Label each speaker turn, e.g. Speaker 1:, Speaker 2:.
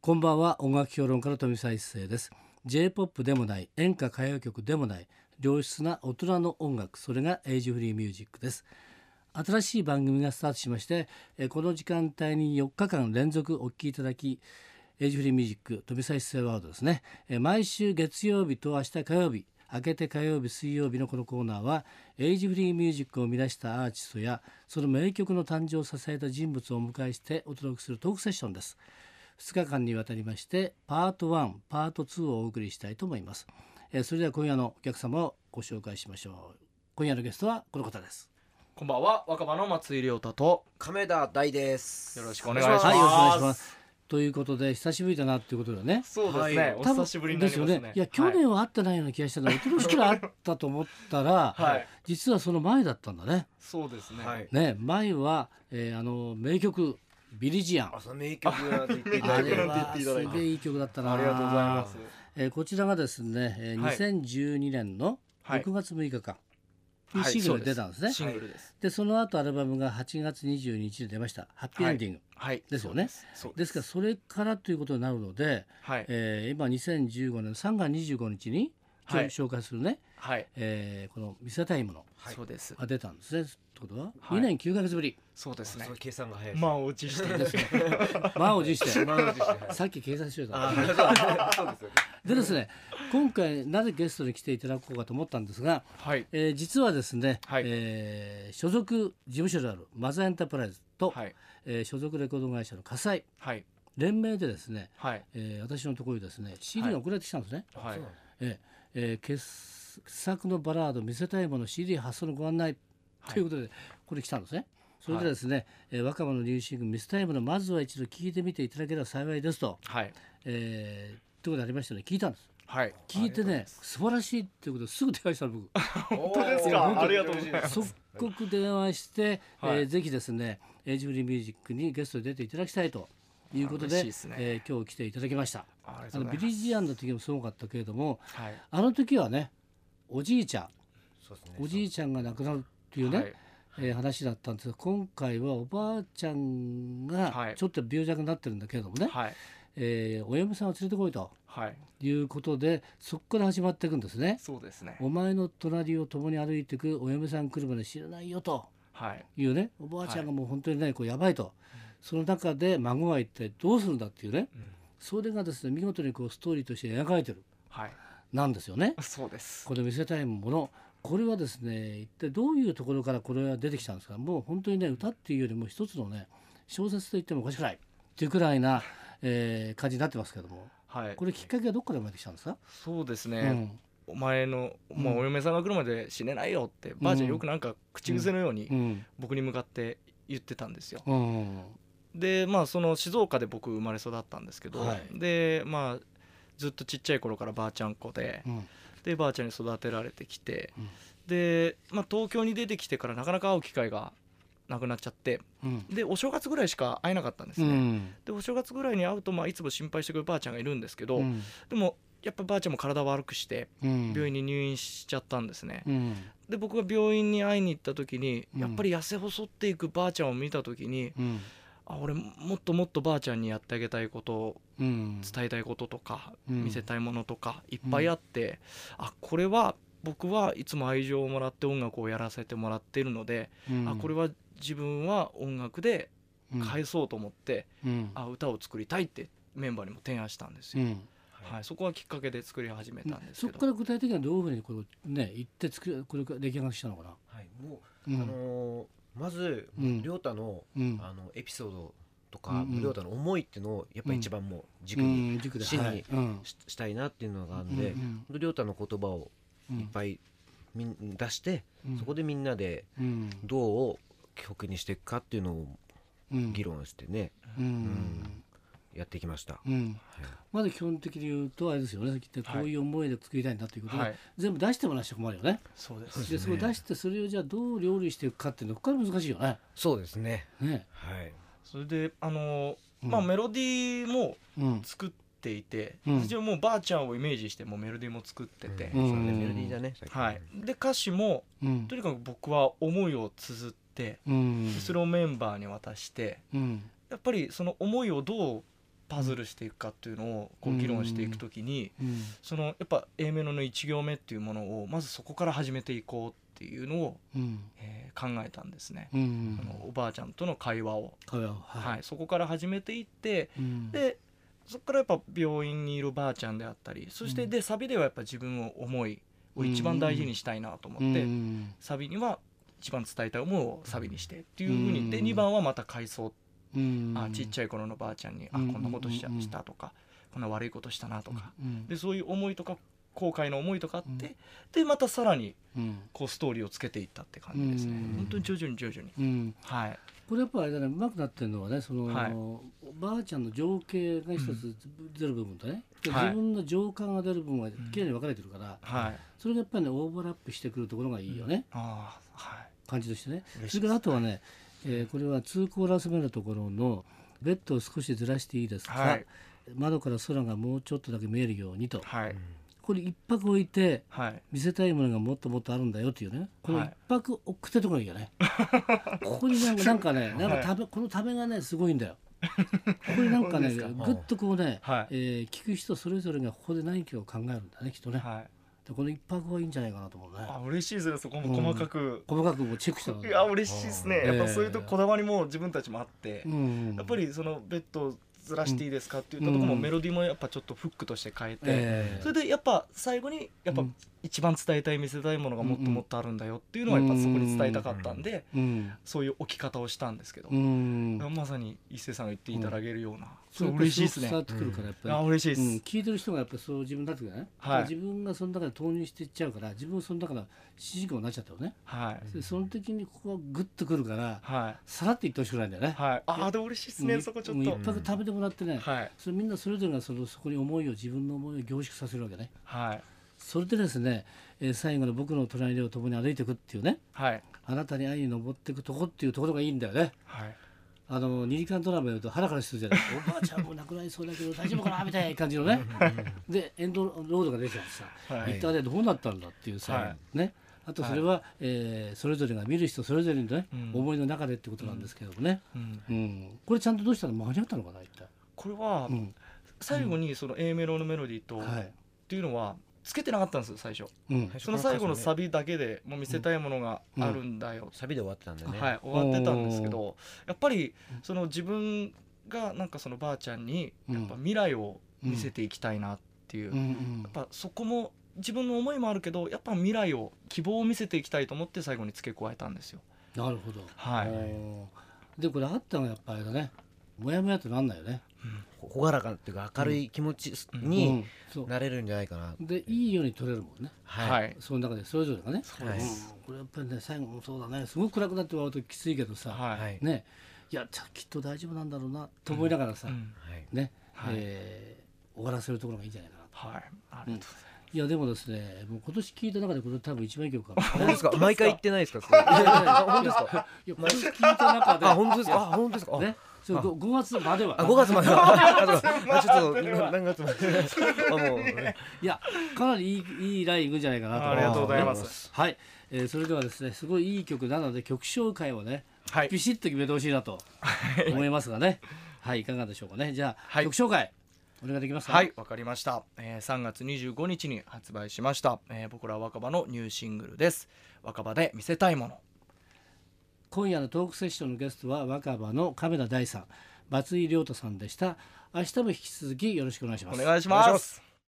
Speaker 1: こんばんは音楽評論家の富澤一世です J-POP でもない演歌歌謡曲でもない良質な大人の音楽それがエイジフリーミュージックです新しい番組がスタートしましてえこの時間帯に4日間連続お聴きいただきエイジフリーミュージック富澤一世ワードですねえ毎週月曜日と明日火曜日明けて火曜日水曜日のこのコーナーはエイジフリーミュージックを生み出したアーティストやその名曲の誕生を支えた人物をお迎えしてお届けするトークセッションです2日間にわたりましてパート1パート2をお送りしたいと思いますえーそれでは今夜のお客様をご紹介しましょう今夜のゲストはこの方です
Speaker 2: こんばんは若葉の松井亮太と
Speaker 3: 亀田大です
Speaker 2: よろしくお願いします
Speaker 1: はいよろしくお願いしますということで久しぶりだなっていうことでね
Speaker 2: そう
Speaker 3: ですね
Speaker 1: 多分ですよねいや去年は会ってないような気がしたんだ一昨年くらい会ったと思ったら、
Speaker 2: はい、はい
Speaker 1: 実はその前だったんだね
Speaker 2: そうですね、
Speaker 3: はい
Speaker 1: ね前は、えーあの名曲ビリジアン
Speaker 3: あその名曲なんて言っていた
Speaker 1: あ
Speaker 3: だい
Speaker 1: れ
Speaker 3: て
Speaker 1: はすげえいい曲だったな
Speaker 2: ありがとうございます
Speaker 1: えーこちらがですね、えー
Speaker 2: はい
Speaker 1: 2012年の
Speaker 2: はい
Speaker 1: 6月6日か、
Speaker 2: はい
Speaker 1: シングルが出たんですね、
Speaker 2: シングルです
Speaker 1: でその後アルバムが8月22日に出ました「ハッピーエンディング」
Speaker 2: はい
Speaker 1: ですよね
Speaker 2: そう
Speaker 1: ですからそれからということになるので、
Speaker 2: はい
Speaker 1: えー今2015年3月25日に今
Speaker 2: は
Speaker 1: 日
Speaker 2: い
Speaker 1: 紹介するね、
Speaker 2: はい
Speaker 1: えーこの「見せたいもの
Speaker 3: はい
Speaker 2: そうです」
Speaker 1: が出たんですね。ってことは
Speaker 2: はい
Speaker 1: 2年9ヶ月ぶり、
Speaker 2: そうですね
Speaker 3: その計算が早い
Speaker 2: まあ落ちしてですね
Speaker 1: 満を持して
Speaker 3: 満を持してはい
Speaker 1: さっき計算しようと
Speaker 3: あーそうですよね
Speaker 1: でですね今回なぜゲストに来ていただこうかと思ったんですが、
Speaker 2: はい
Speaker 1: えー実 はですね、
Speaker 2: はい
Speaker 1: えー所属事務所であるマザーエンタープライズと、
Speaker 2: はい
Speaker 1: えー所属レコード会社の火災
Speaker 2: はい
Speaker 1: 連名でですね、
Speaker 2: はい
Speaker 1: えー私のところにですね CD が送られてきたんですね、
Speaker 2: はい
Speaker 1: えーえー傑作のバラード見せたいもの CD 発送のご案内
Speaker 2: はい
Speaker 1: ということで、これ来たんですねそれでですね、えー若者のニューシングル見せたいものまずは一度聞いてみていただければ幸いですと、
Speaker 2: はい
Speaker 1: えーということでありましたね聞いたんです
Speaker 2: はい
Speaker 1: 聞いてね素晴らしいっていうことをすぐ手配したの僕
Speaker 3: 本
Speaker 2: 当です
Speaker 1: か
Speaker 2: ありがとうございま
Speaker 1: 即刻電話して、
Speaker 2: はい
Speaker 1: えーぜひですねエイジフリーミュージックにゲストで出ていただきたいということ
Speaker 2: 嬉
Speaker 1: で
Speaker 2: しいですね
Speaker 1: えー今日来ていただきました
Speaker 2: ありが
Speaker 1: あ
Speaker 2: とう
Speaker 1: の
Speaker 2: ござ
Speaker 1: ビ
Speaker 2: いま
Speaker 1: リ
Speaker 2: す
Speaker 1: ジアンの時もすごかったけれども
Speaker 2: はい
Speaker 1: あの時はねおじいちゃん
Speaker 3: そうですね
Speaker 1: おじいちゃんが亡くなるっていうね、
Speaker 2: はい
Speaker 1: えー話だったんですが今回はおばあちゃん
Speaker 2: は
Speaker 1: が
Speaker 2: い
Speaker 1: ちょっと病弱になってるんだけれどもね、
Speaker 2: はい
Speaker 1: えーお嫁さんを連れてこいと
Speaker 2: はい
Speaker 1: いうことでそこから始まっていくんですね。
Speaker 2: そうですね
Speaker 1: お前の隣を共に歩いていくお嫁さん来るまで知らないよと
Speaker 2: はい
Speaker 1: いうねおばあちゃんがもう本当にねこうやばいと、その中で孫は一体どうするんだっていうね、それがですね見事にこうストーリーとして描かれてる
Speaker 2: はい
Speaker 1: なんですよね。
Speaker 2: そうです
Speaker 1: これ見せたいものこれはですね一体どういうところからこれは出てきたんですかもう本当にね歌っていうよりも一つのね小説と言ってもおかしくないっていうくらいな、えー感じになってますけども
Speaker 2: はい
Speaker 1: これきっかけはどこから生まれてきたんですか、
Speaker 2: そうです
Speaker 1: う
Speaker 2: ね
Speaker 1: ん
Speaker 2: お前のまあ
Speaker 1: うん
Speaker 2: お嫁さんが来るまで死ねないよってばあちゃんよくなんか口癖のように
Speaker 1: うん
Speaker 2: 僕に向かって言ってたんですよ
Speaker 1: うん
Speaker 2: でまあその静岡で僕生まれ育ったんですけど、
Speaker 1: はい
Speaker 2: でまあずっとちっちゃい頃からばあちゃん子で
Speaker 1: うん
Speaker 2: でばあちゃんに育てられてきて、
Speaker 1: うん
Speaker 2: で、まあ、東京に出てきてからなかなか会う機会がなくなっちゃって
Speaker 1: うん
Speaker 2: でお正月ぐらいしか会えなかったんです
Speaker 1: う
Speaker 2: ね、
Speaker 1: ん
Speaker 2: でお正月ぐらいに会うと、まあ、いつも心配してくれるばあちゃんがいるんですけど、
Speaker 1: うん
Speaker 2: でもやっぱばあちゃんも体悪くして
Speaker 1: うん
Speaker 2: 病院に入院しちゃったんですね、
Speaker 1: うん
Speaker 2: で僕が病院に会いに行った時に
Speaker 1: うん
Speaker 2: やっぱり痩せ細っていくばあちゃんを見た時に、
Speaker 1: うん
Speaker 2: あ俺もっともっとばあちゃんにやってあげたいこと
Speaker 1: うん
Speaker 2: 伝えたいこととか、
Speaker 1: うん
Speaker 2: 見せたいものとかいっぱいあって、あこれは僕はいつも愛情をもらって音楽をやらせてもらっているので、
Speaker 1: うん
Speaker 2: あこれは自分は音楽で
Speaker 1: うん
Speaker 2: 返そうと思って、
Speaker 1: うん
Speaker 2: あ歌を作りたいってメンバーにも提案したんです
Speaker 1: う
Speaker 2: よ、
Speaker 1: ん
Speaker 2: はい、そこはきっかけで作り始めたんです
Speaker 1: そ
Speaker 2: け
Speaker 1: こ
Speaker 2: ど
Speaker 1: から具体的にはどういうふうにこれをね言って作るこれが出来上がってきたのかな、
Speaker 3: はいも
Speaker 1: う
Speaker 3: うんあのーまず
Speaker 1: うん
Speaker 3: 亮太の
Speaker 1: うん
Speaker 3: あのエピソード
Speaker 1: う
Speaker 3: と
Speaker 1: ん
Speaker 3: か
Speaker 1: うん
Speaker 3: 亮太の思いっていうのをやっぱ一番もう軸
Speaker 1: う
Speaker 3: に
Speaker 1: ん軸で
Speaker 3: 真に
Speaker 1: はいうん
Speaker 3: ししたいなっていうのがあるんで
Speaker 1: うん
Speaker 3: 亮太の言葉を
Speaker 1: うん
Speaker 3: いっぱいみん出して
Speaker 1: うん
Speaker 3: そこでみんなで
Speaker 1: うん
Speaker 3: どうを曲にしていくかっていうのを
Speaker 1: うん
Speaker 3: 議論してね
Speaker 1: うん
Speaker 3: やってきました。
Speaker 1: うんまず基本的に言うとあれですよねさっき言った
Speaker 2: はい
Speaker 1: こういう思いで作りたいんだということ
Speaker 2: は
Speaker 1: で
Speaker 2: い
Speaker 1: 全部出してもらわせて困るよね
Speaker 2: そうで
Speaker 3: そう
Speaker 2: す
Speaker 3: で
Speaker 1: ですそれを
Speaker 3: ね
Speaker 1: 出してそれをじゃあどう料理していくかっていうのここから難しいよね
Speaker 3: そうですね。
Speaker 1: ね
Speaker 3: はい。
Speaker 2: それであのー
Speaker 1: うん
Speaker 2: まあメロディーも
Speaker 1: うん
Speaker 2: 作っていて、
Speaker 1: うん
Speaker 2: 一応もうばあちゃんをイメージしてもうメロディーも作ってて、
Speaker 1: うん
Speaker 3: そうねメロディーだね。
Speaker 2: はい、で歌詞も
Speaker 1: うん
Speaker 2: とにかく僕は思いを綴って
Speaker 1: うん
Speaker 2: それをメンバーに渡して
Speaker 1: うん
Speaker 2: やっぱりその思いをどうパズルしていくかっていうのをこ
Speaker 1: う
Speaker 2: うん議論していくときに、
Speaker 1: うん
Speaker 2: そのやっぱ A メロの1行目っていうものをまずそこから始めていこうっていうのを、
Speaker 1: うん
Speaker 2: えー考えたんですね、
Speaker 1: う
Speaker 2: あ
Speaker 1: ん
Speaker 2: のおばあちゃんとの会話を、
Speaker 1: これは
Speaker 2: はい
Speaker 1: はい
Speaker 2: そこから始めていって
Speaker 1: うん
Speaker 2: でそこからやっぱ病院にいるばあちゃんであったりそして
Speaker 1: うん
Speaker 2: でサビではやっぱ自分を思いを一番大事にしたいなと思って、
Speaker 1: うん
Speaker 2: サビには一番伝えたい思いをサビにしてっていうふうに、で
Speaker 1: うん
Speaker 2: 2番はまた回想
Speaker 1: うん
Speaker 2: あちっちゃい頃のばあちゃん
Speaker 1: うん
Speaker 2: に、あこんなことしちゃ
Speaker 1: うん
Speaker 2: したとかこんな悪いことしたなとか、
Speaker 1: うん
Speaker 2: でそういう思いとか後悔の思いとかあって、
Speaker 1: うん
Speaker 2: でまたさらに
Speaker 1: うん
Speaker 2: こうストーリーをつけていったって感じですね、
Speaker 1: うん
Speaker 2: 本当に徐々に徐々に
Speaker 1: うん
Speaker 2: はい
Speaker 1: これやっぱあれだねうまくなってるのはねその、
Speaker 2: はい
Speaker 1: おばあちゃんの情景が一つ出る部分とね、で
Speaker 2: はい
Speaker 1: 自分の情感が出る部分は綺麗に分かれてるから、
Speaker 2: はい
Speaker 1: それがやっぱりねオーバーラップしてくるところがいいよね、
Speaker 2: ああはい
Speaker 1: 感じとしてね
Speaker 2: 嬉し
Speaker 1: そ
Speaker 2: い
Speaker 1: れから
Speaker 2: です
Speaker 1: あとはね、えーこれは通行を集めるところのベッドを少しずらしていいですか、
Speaker 2: はい
Speaker 1: 窓から空がもうちょっとだけ見えるようにと
Speaker 2: はい
Speaker 1: これ一泊置いて
Speaker 2: はい
Speaker 1: 見せたいものがもっともっとあるんだよっていうねこの
Speaker 2: はい
Speaker 1: 一泊置くってとこがいいよ ねここになんかなんかねなんかため、このためがねすごいんだよここになんかね
Speaker 2: 本当です
Speaker 3: か
Speaker 1: ぐっとこうね、
Speaker 2: はい
Speaker 1: えー聞く人それぞれがここで何かを考えるんだねきっとね、
Speaker 2: はい
Speaker 1: でこの一泊はいいんじゃないかなと思うね
Speaker 2: あ嬉しいですねそこも細かく、
Speaker 1: 細かくもうチェックしたの
Speaker 2: いや嬉しいですね
Speaker 1: う
Speaker 2: や
Speaker 1: ん
Speaker 2: っぱそういうとここだわりも自分たちもあって、
Speaker 1: うん
Speaker 2: やっぱりそのベッドをずらしていいですかって言ったところ
Speaker 1: う
Speaker 2: も
Speaker 1: ん
Speaker 2: メロディーもやっぱちょっとフックとして変えて、
Speaker 1: ええ
Speaker 2: それでやっぱ最後にやっぱ
Speaker 1: うん
Speaker 2: 一番伝えたい見せたいものがもっともっとあるんだよっていうのはやっぱそこに伝えたかったんで、
Speaker 1: うん
Speaker 2: そういう置き方をしたんですけど、
Speaker 1: うん
Speaker 2: まさに伊勢さんが言っていただけるような、そ
Speaker 1: そ
Speaker 2: れ
Speaker 1: れ
Speaker 2: 嬉しいです
Speaker 1: 伝わっ
Speaker 2: ね。
Speaker 1: てくるからやっぱり、
Speaker 2: あ嬉しいです、
Speaker 1: うん、聞いてる人がやっぱりそう自分だってくるね、
Speaker 2: はい
Speaker 1: 自分がその中で投入していっちゃうから自分その中の主人公になっちゃったよね、
Speaker 2: はい
Speaker 1: でその時にここはグッとくるから
Speaker 2: はい
Speaker 1: さらっていってほしくないんだよね、
Speaker 2: はいああでも嬉しいですね
Speaker 1: うん
Speaker 2: そこちょっ
Speaker 1: うん
Speaker 2: と、
Speaker 1: 一泊食べてもらってね、
Speaker 2: はい
Speaker 1: それみんなそれぞれがそのそこに思いを自分の思いを凝縮させるわけね
Speaker 2: はい
Speaker 1: それでですね、えー最後の僕の隣を共に歩いていくっていうね
Speaker 2: はい
Speaker 1: あなたに愛に登っていくとこっていうところがいいんだよね
Speaker 2: はい
Speaker 1: あの2時間ドラマやるとハラハラするじゃ ないおばあちゃんも亡くなりそうだけど大丈夫かなみたいな感じのねでエンドロードが出ちゃってさ、
Speaker 2: はい
Speaker 1: 一体ねどうなったんだっていうさ、
Speaker 2: は
Speaker 1: ねあとそれは、えーそれぞれが見る人それぞれのね、
Speaker 2: うん
Speaker 1: 思いの中でってことなんですけどもね、
Speaker 2: うん
Speaker 1: うんこれちゃんとどうしたの間に合ったのかな一体、
Speaker 2: これは
Speaker 1: うん
Speaker 2: 最後にその A メロのメロディーと、
Speaker 1: は
Speaker 2: っ
Speaker 1: い
Speaker 2: ていうのはつけてなかったんですよ最初
Speaker 1: うん
Speaker 3: はい
Speaker 2: その最後のサビだけでもう見せたいものがあるんだよ、
Speaker 3: サビで終わってたんだよね。
Speaker 2: はい、終わってたんですけどやっぱりその自分がなんかそのばあちゃんに
Speaker 1: うん
Speaker 2: やっぱ未来を見せていきたいなっていう、
Speaker 1: うんう
Speaker 2: やっ
Speaker 1: ん
Speaker 2: ぱそこも自分の思いもあるけどやっぱ未来を希望を見せていきたいと思って最後に付け加えたんですよ。
Speaker 1: なるほど、
Speaker 2: はい
Speaker 1: おーでこれあったのはやっぱあれだねもやもやとなんないよね
Speaker 3: 朗らかっていうか明るい気持ち
Speaker 1: う
Speaker 3: に
Speaker 1: んそう
Speaker 3: なれるんじゃないかな。
Speaker 1: でいいように取れるもんね
Speaker 2: はい、
Speaker 3: い。
Speaker 1: その中でそれぞれがね
Speaker 2: そう
Speaker 3: は
Speaker 2: で
Speaker 3: い
Speaker 2: す、
Speaker 1: これやっぱりね最後もそうだねすごく暗くなって終わるときついけどさ、
Speaker 2: はい
Speaker 3: はい。
Speaker 1: ねいやきっと大丈夫なんだろうなと思いながらさ、
Speaker 2: うん
Speaker 3: はい
Speaker 1: ね、
Speaker 2: はい
Speaker 1: えー終わらせるところがいいんじゃないかなと
Speaker 2: はい、ありがとう
Speaker 1: いやでもですねもう今年聴いた中でこれ多分一番いい 曲かも
Speaker 3: 本当ですか。毎回言ってないですか。
Speaker 1: いやいやいや
Speaker 3: 本当ですか。
Speaker 1: いや今年聴いた中で
Speaker 3: あ、本当ですか。あ、本当ですか。
Speaker 1: ねそう
Speaker 3: あ
Speaker 1: ご 5, 月までは
Speaker 3: あ、5月までは。 あ、ちょっと、な何月まで。あ、もうね。
Speaker 1: いやかなりいいいいラインいくんじゃないかなと思
Speaker 2: ありがとうございます
Speaker 1: はい、えーそれではですねすごいいい曲なので曲紹介をね
Speaker 2: ございます。
Speaker 1: ビシッと決めてほしいなと思いますがね。はい、いかがでしょうかね。じゃあ、
Speaker 2: はい
Speaker 1: 曲紹介お願いできますか。
Speaker 2: はい、わかりました、えー3月25日に発売しました、えー僕ら若葉のニューシングルです若葉で見せたいもの
Speaker 1: 今夜のトークセッションのゲストは若葉の亀田大さん、松井亮太さんでした。明日も引き続きよろしくお願いしま
Speaker 2: お
Speaker 1: す。
Speaker 2: 願いします